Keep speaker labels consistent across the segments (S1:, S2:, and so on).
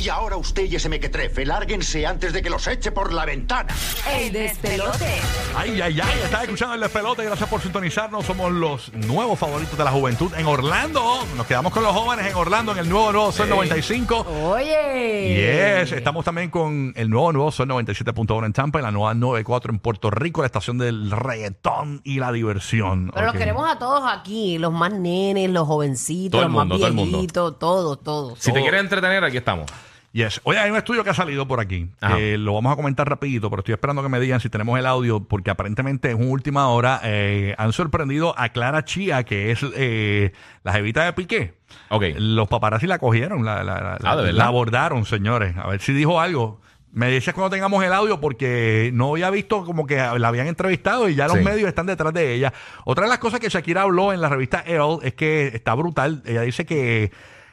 S1: Y ahora usted y ese mequetrefe, lárguense antes de que los eche por la ventana.
S2: El despelote.
S3: Ay, ay, ay, estás escuchando el despelote. Gracias por sintonizarnos. Somos los nuevos favoritos de la juventud en Orlando. Nos quedamos con los jóvenes en Orlando en el nuevo Nuevo Sol 95.
S2: Oye.
S3: Yes, estamos también con el nuevo Nuevo Sol 97.1 en Tampa y la nueva 94 en Puerto Rico, la estación del reggaetón y la diversión.
S2: Pero
S3: Ok.
S2: los queremos a todos aquí, los más nenes, los jovencitos,
S4: Todo el
S2: los
S4: mundo, todo
S2: más
S4: el mundo.
S2: viejitos, todos, todos.
S4: Si te
S3: Oh.
S2: todos.
S4: quieres entretener, aquí estamos.
S3: Yes. Oye, hay un estudio que ha salido por aquí.
S4: Ajá.
S3: que lo vamos a comentar rapidito, pero estoy esperando que me digan si tenemos el audio, porque aparentemente en última hora eh, han sorprendido a Clara Chía, que es eh, la jevita de Piqué.
S4: Ok.
S3: Los paparazzi la cogieron, la, la- la-
S4: Ah, ¿de
S3: la-
S4: verdad?
S3: la abordaron, señores. A ver si dijo algo. Me dices cuando tengamos el audio porque no había visto como que la habían entrevistado y ya los
S4: Sí.
S3: medios están detrás de ella. Otra de las cosas que Shakira habló en la revista Elle es que está brutal. Ella dice que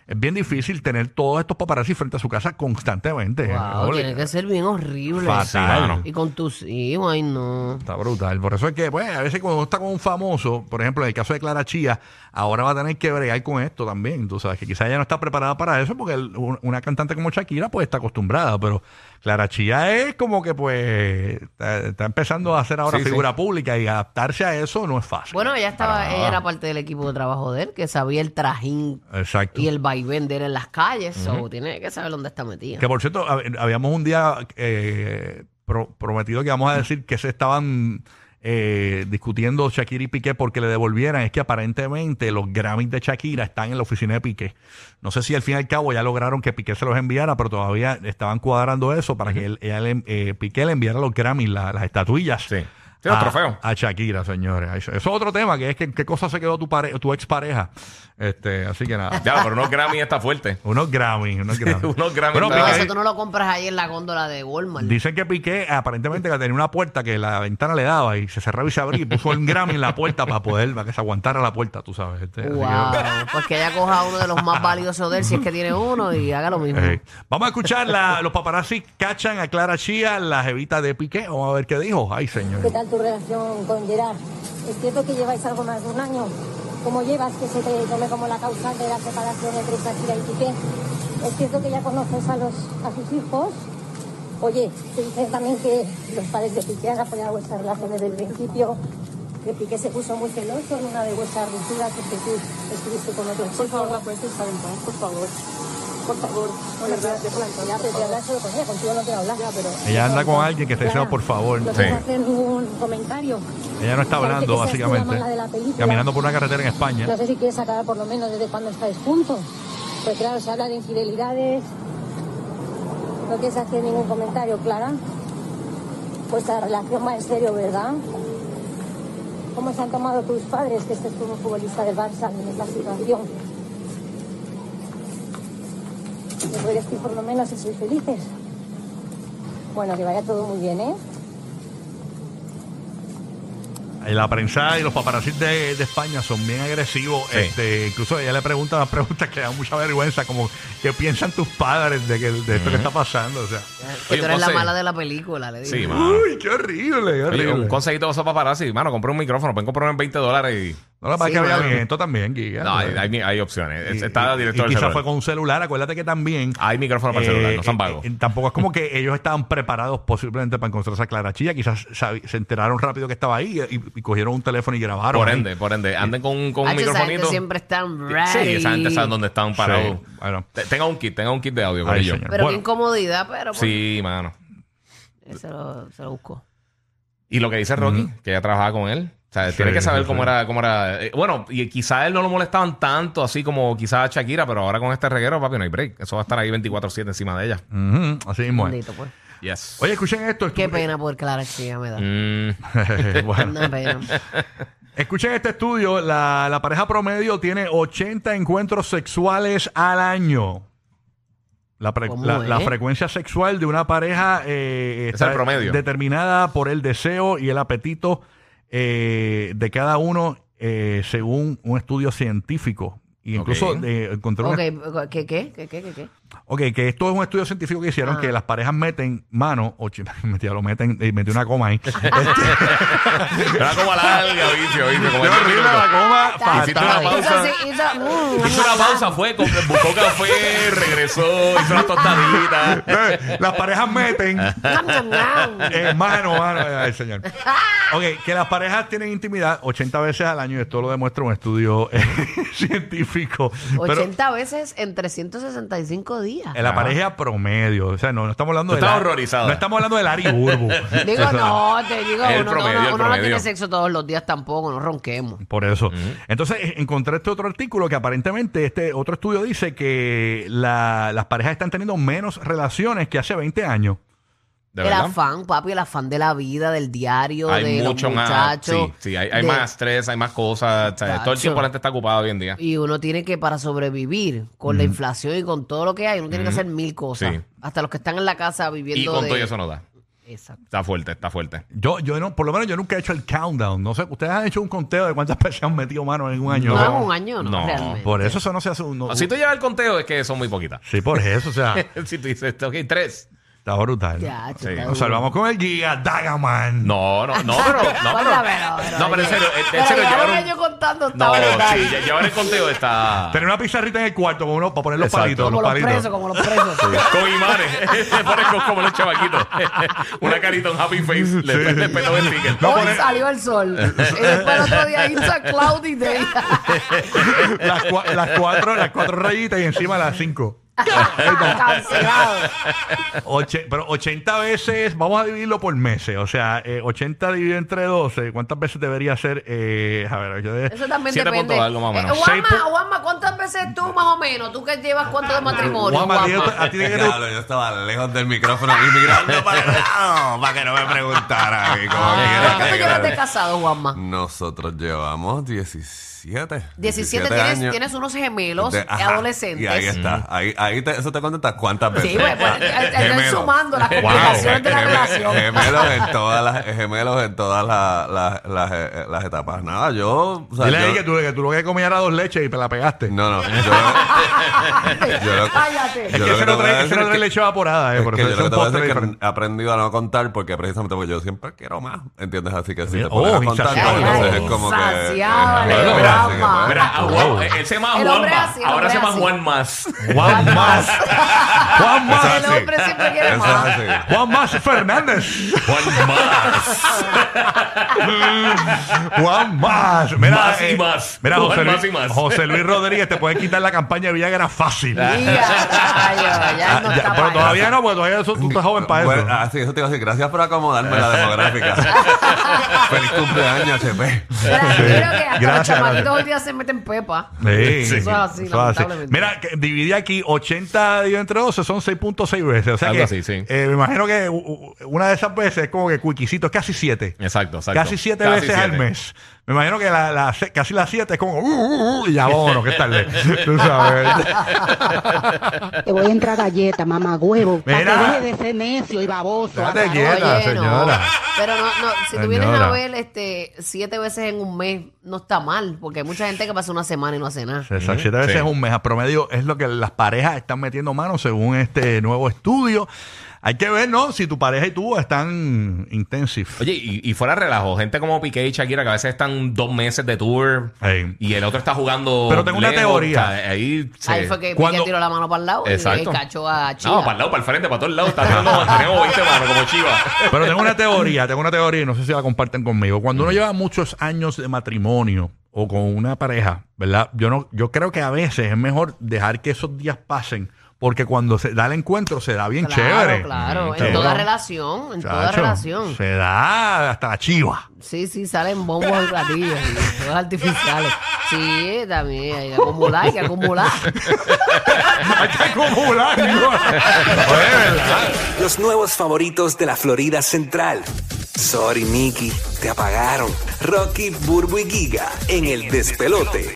S3: es bien difícil tener todos estos paparazzi frente a su casa constantemente.
S2: Wow,
S3: Ole,
S2: tiene que ser bien horrible.
S3: Fatal.
S2: Sí,
S4: mano.
S2: Y con tus hijos, ay no.
S3: Está brutal. Por eso es que, pues, a veces cuando uno está con un famoso, por ejemplo, en el caso de Clara Chía, ahora va a tener que bregar con esto también. Tú sabes que quizás ella no está preparada para eso porque el- un- una cantante como Shakira, pues, está acostumbrada. Pero Clara Chía es como que, pues, está, está empezando a hacer ahora
S4: Sí, sí.
S3: figura pública y adaptarse a eso no es fácil.
S2: Bueno, ella estaba,
S4: Para nada.
S2: ella era parte del equipo de trabajo de él, que sabía el trajín
S3: Exacto.
S2: y el vaivén de él en las calles, so, tiene que saber dónde está metida.
S3: Que por cierto, hab- habíamos un día eh, pro- prometido que vamos a decir que se estaban eh, discutiendo Shakira y Piqué porque le devolvieran. Es que aparentemente los Grammys de Shakira están en la oficina de Piqué. No sé si al fin y al cabo ya lograron que Piqué se los enviara, pero todavía estaban cuadrando eso para que él, ella le- eh, Piqué le enviara los Grammys, la- las estatuillas.
S4: Sí. Sí, los
S3: a-
S4: trofeos.
S3: A Shakira, señores. Eso eso es otro tema, que es que en qué cosa se quedó tu, pare- tu expareja. Este, así que nada.
S4: Ya, pero unos Grammy está fuerte.
S3: Unos Grammys, unos Grammys.
S4: Unos Grammys
S3: Bueno,
S2: No,
S4: nada.
S3: Piqué-
S2: eso tú no lo compras ahí en la góndola de Walmart.
S3: Dicen que Piqué aparentemente que tenía una puerta que la ventana le daba y se cerraba y se abría y puso un Grammy en la puerta para poder, para que se aguantara la puerta, tú sabes. este, así que-
S2: Wow, pues que ella coja uno de los más valiosos de él, si es que tiene uno, y haga lo mismo.
S3: Eh, vamos a escuchar la- los paparazzi cachan a Clara Chía, la jevita de Piqué. Vamos a ver qué dijo. Ay, señor.
S5: ¿Qué tal tu relación con Gerard? Es cierto que lleváis algo más de un año. ¿Cómo llevas que se te tome como la causal de la separación entre Shakira y Piqué? Es cierto que ya conoces a, los, a sus hijos. Oye, te dicen también que los padres de Piqué han apoyado vuestra relación desde el principio, que Piqué se puso muy celoso en una de vuestras rupturas porque tú estuviste con otro Por favor, la puedes estar en paz, por favor. Por favor, bueno, ya, ya, pero te hablas solo con ella, contigo no quiero hablar. Ya, pero...
S3: Ella anda con alguien que está diciendo, por favor.
S5: No
S4: Sí.
S5: quiero hacer ningún comentario.
S3: Ella no está
S5: Parece
S3: hablando,
S5: que seas tú la
S3: básicamente.
S5: mala de la película.
S3: Caminando por una carretera en España.
S5: No sé si quieres acabar por lo menos desde cuando estáis juntos. Pues claro, se habla de infidelidades. No quieres hacer ningún comentario, Clara. Vuestra relación va en serio, ¿verdad? ¿Cómo se han tomado tus padres que estés como futbolista del Barça en la situación? ¿Me puedes decir Pues por lo menos si sois felices? Bueno, que vaya todo muy bien, ¿eh?
S3: Eh, La prensa y los paparazzis de, de España son bien agresivos.
S4: Sí.
S3: Este, incluso ella le pregunta unas preguntas que dan mucha vergüenza, como ¿qué piensan tus padres de, que, de esto que está pasando? O sea,
S2: Que
S4: Oye,
S2: tú
S4: un
S2: eres la
S4: consejo.
S2: mala de la película, le digo.
S4: Sí, mano.
S3: uy, qué horrible, qué
S4: Oye,
S3: horrible.
S4: un consejito de esos paparazzi. Mano, compré un micrófono. Pueden comprar en 20 dólares y...
S3: no, la verdad
S2: Sí,
S3: que había
S2: mano.
S3: viento también, Giga.
S4: No, hay,
S3: Y-
S4: hay- hay opciones. Es-
S3: y-
S4: Está
S3: y- y
S4: director del
S3: quizás
S4: celular.
S3: fue con un celular. Acuérdate que también.
S4: Hay micrófono para el
S3: eh,
S4: celular, no
S3: eh,
S4: son vagos.
S3: eh, tampoco es como que ellos estaban preparados posiblemente para encontrarse a Clara Chilla. Quizás sabi- se enteraron rápido que estaba ahí y, y cogieron un teléfono y grabaron.
S4: Por
S3: ahí.
S4: ende, por ende. Anden con, un- con un
S2: Hacho, esa
S4: microfonito.
S2: gente siempre están
S4: Sí,
S2: ready.
S4: esa gente sabe dónde están parados.
S3: Sí, bueno.
S4: Te- Tenga un kit, tenga un kit de audio con
S3: Ay,
S4: ellos.
S3: señor.
S2: Pero
S3: Bueno.
S2: qué incomodidad, pero pues,
S4: Sí, mano.
S2: Eh, se, lo, se lo busco.
S4: Y lo que dice Rocky, que ella trabajaba con él. O sea, tiene
S3: Sí,
S4: que saber
S3: sí,
S4: cómo
S3: sí.
S4: era, cómo era. eh, bueno, y quizá a él no lo molestaban tanto, así como quizás a Shakira, pero ahora con este reguero, papi, no hay break. Eso va a estar ahí 24-7 encima de ella.
S3: Ujú, así mismo es.
S2: Bendito, pues.
S4: Yes.
S3: Oye, escuchen esto. estu-
S2: Qué pena por Clara Chía me da.
S4: Mm,
S3: Bueno.
S2: Una pena.
S3: Escuchen este estudio, la, la pareja promedio tiene 80 encuentros sexuales al año. La, pre-
S2: ¿Cómo
S3: la-
S2: es?
S3: la frecuencia sexual de una pareja eh,
S4: Es el promedio.
S3: determinada por el deseo y el apetito eh, de cada uno eh, según un estudio científico. Y incluso
S4: Ok.
S3: eh, encontró
S2: ok,
S3: una-
S2: ¿qué, qué, qué, qué, qué? qué?
S3: Ok, que esto es un estudio científico que hicieron
S2: Ah.
S3: que las parejas meten mano, o chi- metía, lo meten, eh, metí una coma ahí.
S4: Era como larga, bicho, bicho. Como
S3: Qué horrible la coma,
S4: Hiciste una
S3: fatal.
S4: pausa.
S2: Hizo así, hizo, mm,
S4: Hizo una pausa, fue, com- buscó café, regresó, hizo unas tostaditas.
S3: Eh, Las parejas meten
S2: nam, nam, nam.
S3: eh, mano, mano, ay, señor. Ok, que las parejas tienen intimidad 80 veces al año, y esto lo demuestra un estudio eh, científico. Pero
S2: 80 veces en 365 días.
S3: en la pareja promedio, o sea, no, no estamos hablando
S4: Ah. Tú
S3: de.
S4: estás
S3: la-
S4: horrorizada.
S3: No estamos hablando del Ari Burbu. O
S2: Digo,
S3: sea,
S2: no, te digo,
S4: El
S2: uno, no-
S4: promedio, el
S2: uno no
S4: promedio.
S2: tiene sexo todos los días tampoco, no ronquemos.
S3: Por eso. Entonces eh, encontré este otro artículo que aparentemente este otro estudio dice que la- las parejas están teniendo menos relaciones que hace 20 años.
S4: De
S2: el
S4: verdad.
S2: afán, papi, el afán de la vida, del diario,
S4: Hay
S2: de
S4: mucho
S2: los
S4: más.
S2: muchachos.
S4: Sí, sí, hay, hay
S2: de-
S4: más estrés, hay más cosas. o sea, todo el
S2: Tacho.
S4: tiempo la gente está ocupada hoy en día.
S2: Y uno tiene que, para sobrevivir con la inflación y con todo lo que hay, uno tiene que hacer mil cosas.
S4: Sí.
S2: Hasta los que están en la casa
S4: Y
S2: viviendo
S4: con
S2: de...
S4: todo eso no da.
S2: Exacto.
S4: Está fuerte, está fuerte.
S3: Yo, yo no, por lo menos yo nunca he hecho el countdown. No sé, ustedes han hecho un conteo de cuántas veces han metido mano en un año.
S2: No, es un año, no,
S4: No,
S2: realmente.
S3: Por eso eso no se hace un.
S2: Oh.
S3: no-
S4: Si tú llevas el conteo, es que son muy poquitas.
S3: Sí, por eso, o sea,
S4: si tú dices, ok, tres.
S3: está brutal. Eh,
S2: Ya,
S4: Sí.
S2: está
S3: Nos salvamos con el guía Dagaman.
S4: No, no, no, pero. No, pero,
S2: Guarda, pero- pero-
S4: no, pero en serio, en- en
S2: Pero
S4: serio,
S2: llevar
S4: llevar
S2: un
S4: un-
S2: año contando está
S4: No,
S2: brutal.
S4: sí, lle- llevar el conteo está.
S3: Tener una pizarrita en el cuarto con uno para poner los
S4: Exacto.
S3: palitos. Los
S2: Como los
S3: palitos.
S2: presos, como los presos.
S4: Con imanes. Se pone con- como los chavaquitos. Una carita, un happy face. Le le peló el ticket.
S3: No,
S2: Hoy
S3: poner-
S2: salió el sol. y después el otro día hizo cloudy day.
S3: las, cua- las cuatro, las cuatro rayitas y encima las cinco.
S2: Cancelado.
S3: Oche- pero 80 veces, vamos a dividirlo por meses. O sea, eh, 80 dividido entre 12, ¿cuántas veces debería ser? Eh, a ver, yo de-
S2: Eso también
S4: Siete
S2: depende.
S4: punto algo, más o menos.
S2: Eh, Juanma,
S3: Seis pu-
S2: Juanma, ¿cuántas veces tú más o menos? ¿Tú que llevas cuánto de matrimonio?
S3: Juanma,
S2: Juanma?
S3: tío, a ti te-
S6: Diablo, yo estaba lejos del micrófono y mirando para que no, para que no me preguntara. y como quiera
S2: ¿Cuánto
S6: que Mm,
S2: llevas de
S6: grabe.
S2: casado, Juanma?
S6: Nosotros llevamos 17.
S2: 17 tienes, tienes unos gemelos
S6: De- ajá,
S2: adolescentes.
S6: Y ahí está. Ahí, ahí te- eso te contesta cuántas veces.
S2: Sí, pues, pues, estoy
S6: Gemelos.
S2: sumando las
S6: Wow.
S2: complicaciones de la
S6: Geme-
S2: relación.
S6: Gemelos en todas las, gemelos en todas las, las, las, eh, las etapas. Nada, yo. o sea,
S3: Dile ahí
S6: yo-
S3: que tú, que tú lo que comías era dos leches y te la pegaste.
S6: No, no. Yo, yo lo-
S2: Cállate.
S3: es
S6: yo
S3: que
S6: lo
S3: ese
S6: que
S3: no
S6: te voy a
S3: trae, ese
S6: decir
S3: no
S6: es
S3: trae
S6: que-
S3: leche evaporada, eh,
S6: Es
S3: por
S6: que
S3: eso
S6: yo
S3: es
S6: lo
S3: un
S6: que te voy a
S3: postre
S6: decir es que
S3: diferente.
S6: he aprendido a no contar porque precisamente porque yo siempre quiero más, ¿entiendes? Así que si
S3: Mira,
S6: te pones
S3: oh,
S6: a contar,
S3: insaciable.
S6: pues, entonces
S2: Ay,
S6: es como que...
S2: insaciable,
S6: Bueno,
S4: brava.
S6: así que, pues,
S4: Mira, a Juan,
S3: Wow.
S4: él se llama
S2: El
S4: Juan
S2: hombre
S4: más.
S2: así, el
S4: Ahora
S2: hombre
S4: se llama
S2: así.
S4: Juan más.
S3: Juan más. Juan
S6: eso
S3: más.
S6: es así.
S2: hombre siempre quiere
S6: pues, Eso es
S2: más.
S6: así.
S3: Juan más Fernández.
S4: Juan más.
S3: Juan más. Mira, eh,
S4: Más y más.
S3: Mira,
S4: Juan
S3: José,
S4: más
S3: Luis,
S4: y más.
S3: José Luis Rodríguez te puede quitar la campaña de Villagra fácil.
S2: Mira, rayo, ya
S3: Ah,
S2: no
S3: ya,
S2: está
S3: pero
S2: mal.
S3: todavía no, porque todavía eso- tú estás joven para eso.
S6: Bueno, así, eso te iba a decir. Gracias por acomodarme la demográfica. Feliz cumpleaños, HP.
S2: Mira, yo creo que hasta los
S3: Gracias,
S2: chamaquitos
S3: gracias.
S2: hoy día se meten pepa.
S3: Sí,
S2: Eso es
S3: eso
S2: así,
S3: es así.
S2: lamentablemente.
S3: Mira, que dividí aquí 80 dividido entre 12 son 6.6 veces. O sea
S4: Algo
S3: que,
S4: así, sí.
S3: eh, me imagino que u- u- una de esas veces es como que cuiquisito, es casi 7.
S4: Exacto, exacto.
S3: Casi 7
S4: Casi
S3: veces al
S4: siete.
S3: mes. Me imagino que la, la se- casi las 7 es como uh, uh, uh, y ya vámonos, ¿qué tal? Tú sabes.
S7: Te voy a entrar galleta, mamá huevo. Para
S3: Mira.
S7: que dejes de ser necio y baboso.
S3: Espérate,
S7: atarón.
S3: quieta. Quieta,
S2: no.
S3: señora.
S2: Pero no, no, si tú vienes a
S3: Señora.
S2: ver este, siete veces en un mes, no está mal, porque hay mucha gente que pasa una semana y no hace nada.
S3: Exacto, siete veces
S4: Sí.
S3: en un mes a promedio es lo que las parejas están metiendo mano según este nuevo estudio. Hay que ver, ¿no? Si tu pareja y tú están intensive.
S4: Oye, y, y fuera relajo, gente como Piqué y Shakira que a veces están dos meses de tour
S3: Ey.
S4: y el otro está jugando.
S3: Pero tengo una
S4: lejos,
S3: teoría.
S4: o sea, ahí se-
S2: Ahí fue que
S3: Cuando-
S2: Piqué tiró la mano para el lado y
S4: Exacto.
S2: cachó a China.
S4: No, para el lado, para el frente, para todos lados. Está tirando mantenemos 20 manos como chiva.
S3: Pero tengo una teoría, tengo una teoría y no sé si la comparten conmigo. Cuando uno lleva muchos años de matrimonio o con una pareja, ¿verdad? Yo no, yo creo que a veces es mejor dejar que esos días pasen, porque cuando se da el encuentro se da bien
S2: claro,
S3: chévere.
S2: claro. En
S3: Seguro.
S2: toda relación, en toda
S3: Chacho,
S2: relación.
S3: Se da hasta la chiva.
S2: Sí, sí, salen bombos y platillos, y cosas artificiales. Sí, también, hay que acumular, hay que acumular.
S3: Hay que acumular. Oye, ¿verdad?
S8: Los nuevos favoritos de la Florida Central. Sorry, Mickey, te apagaron. Rocky, Burbu y Giga en el despelote.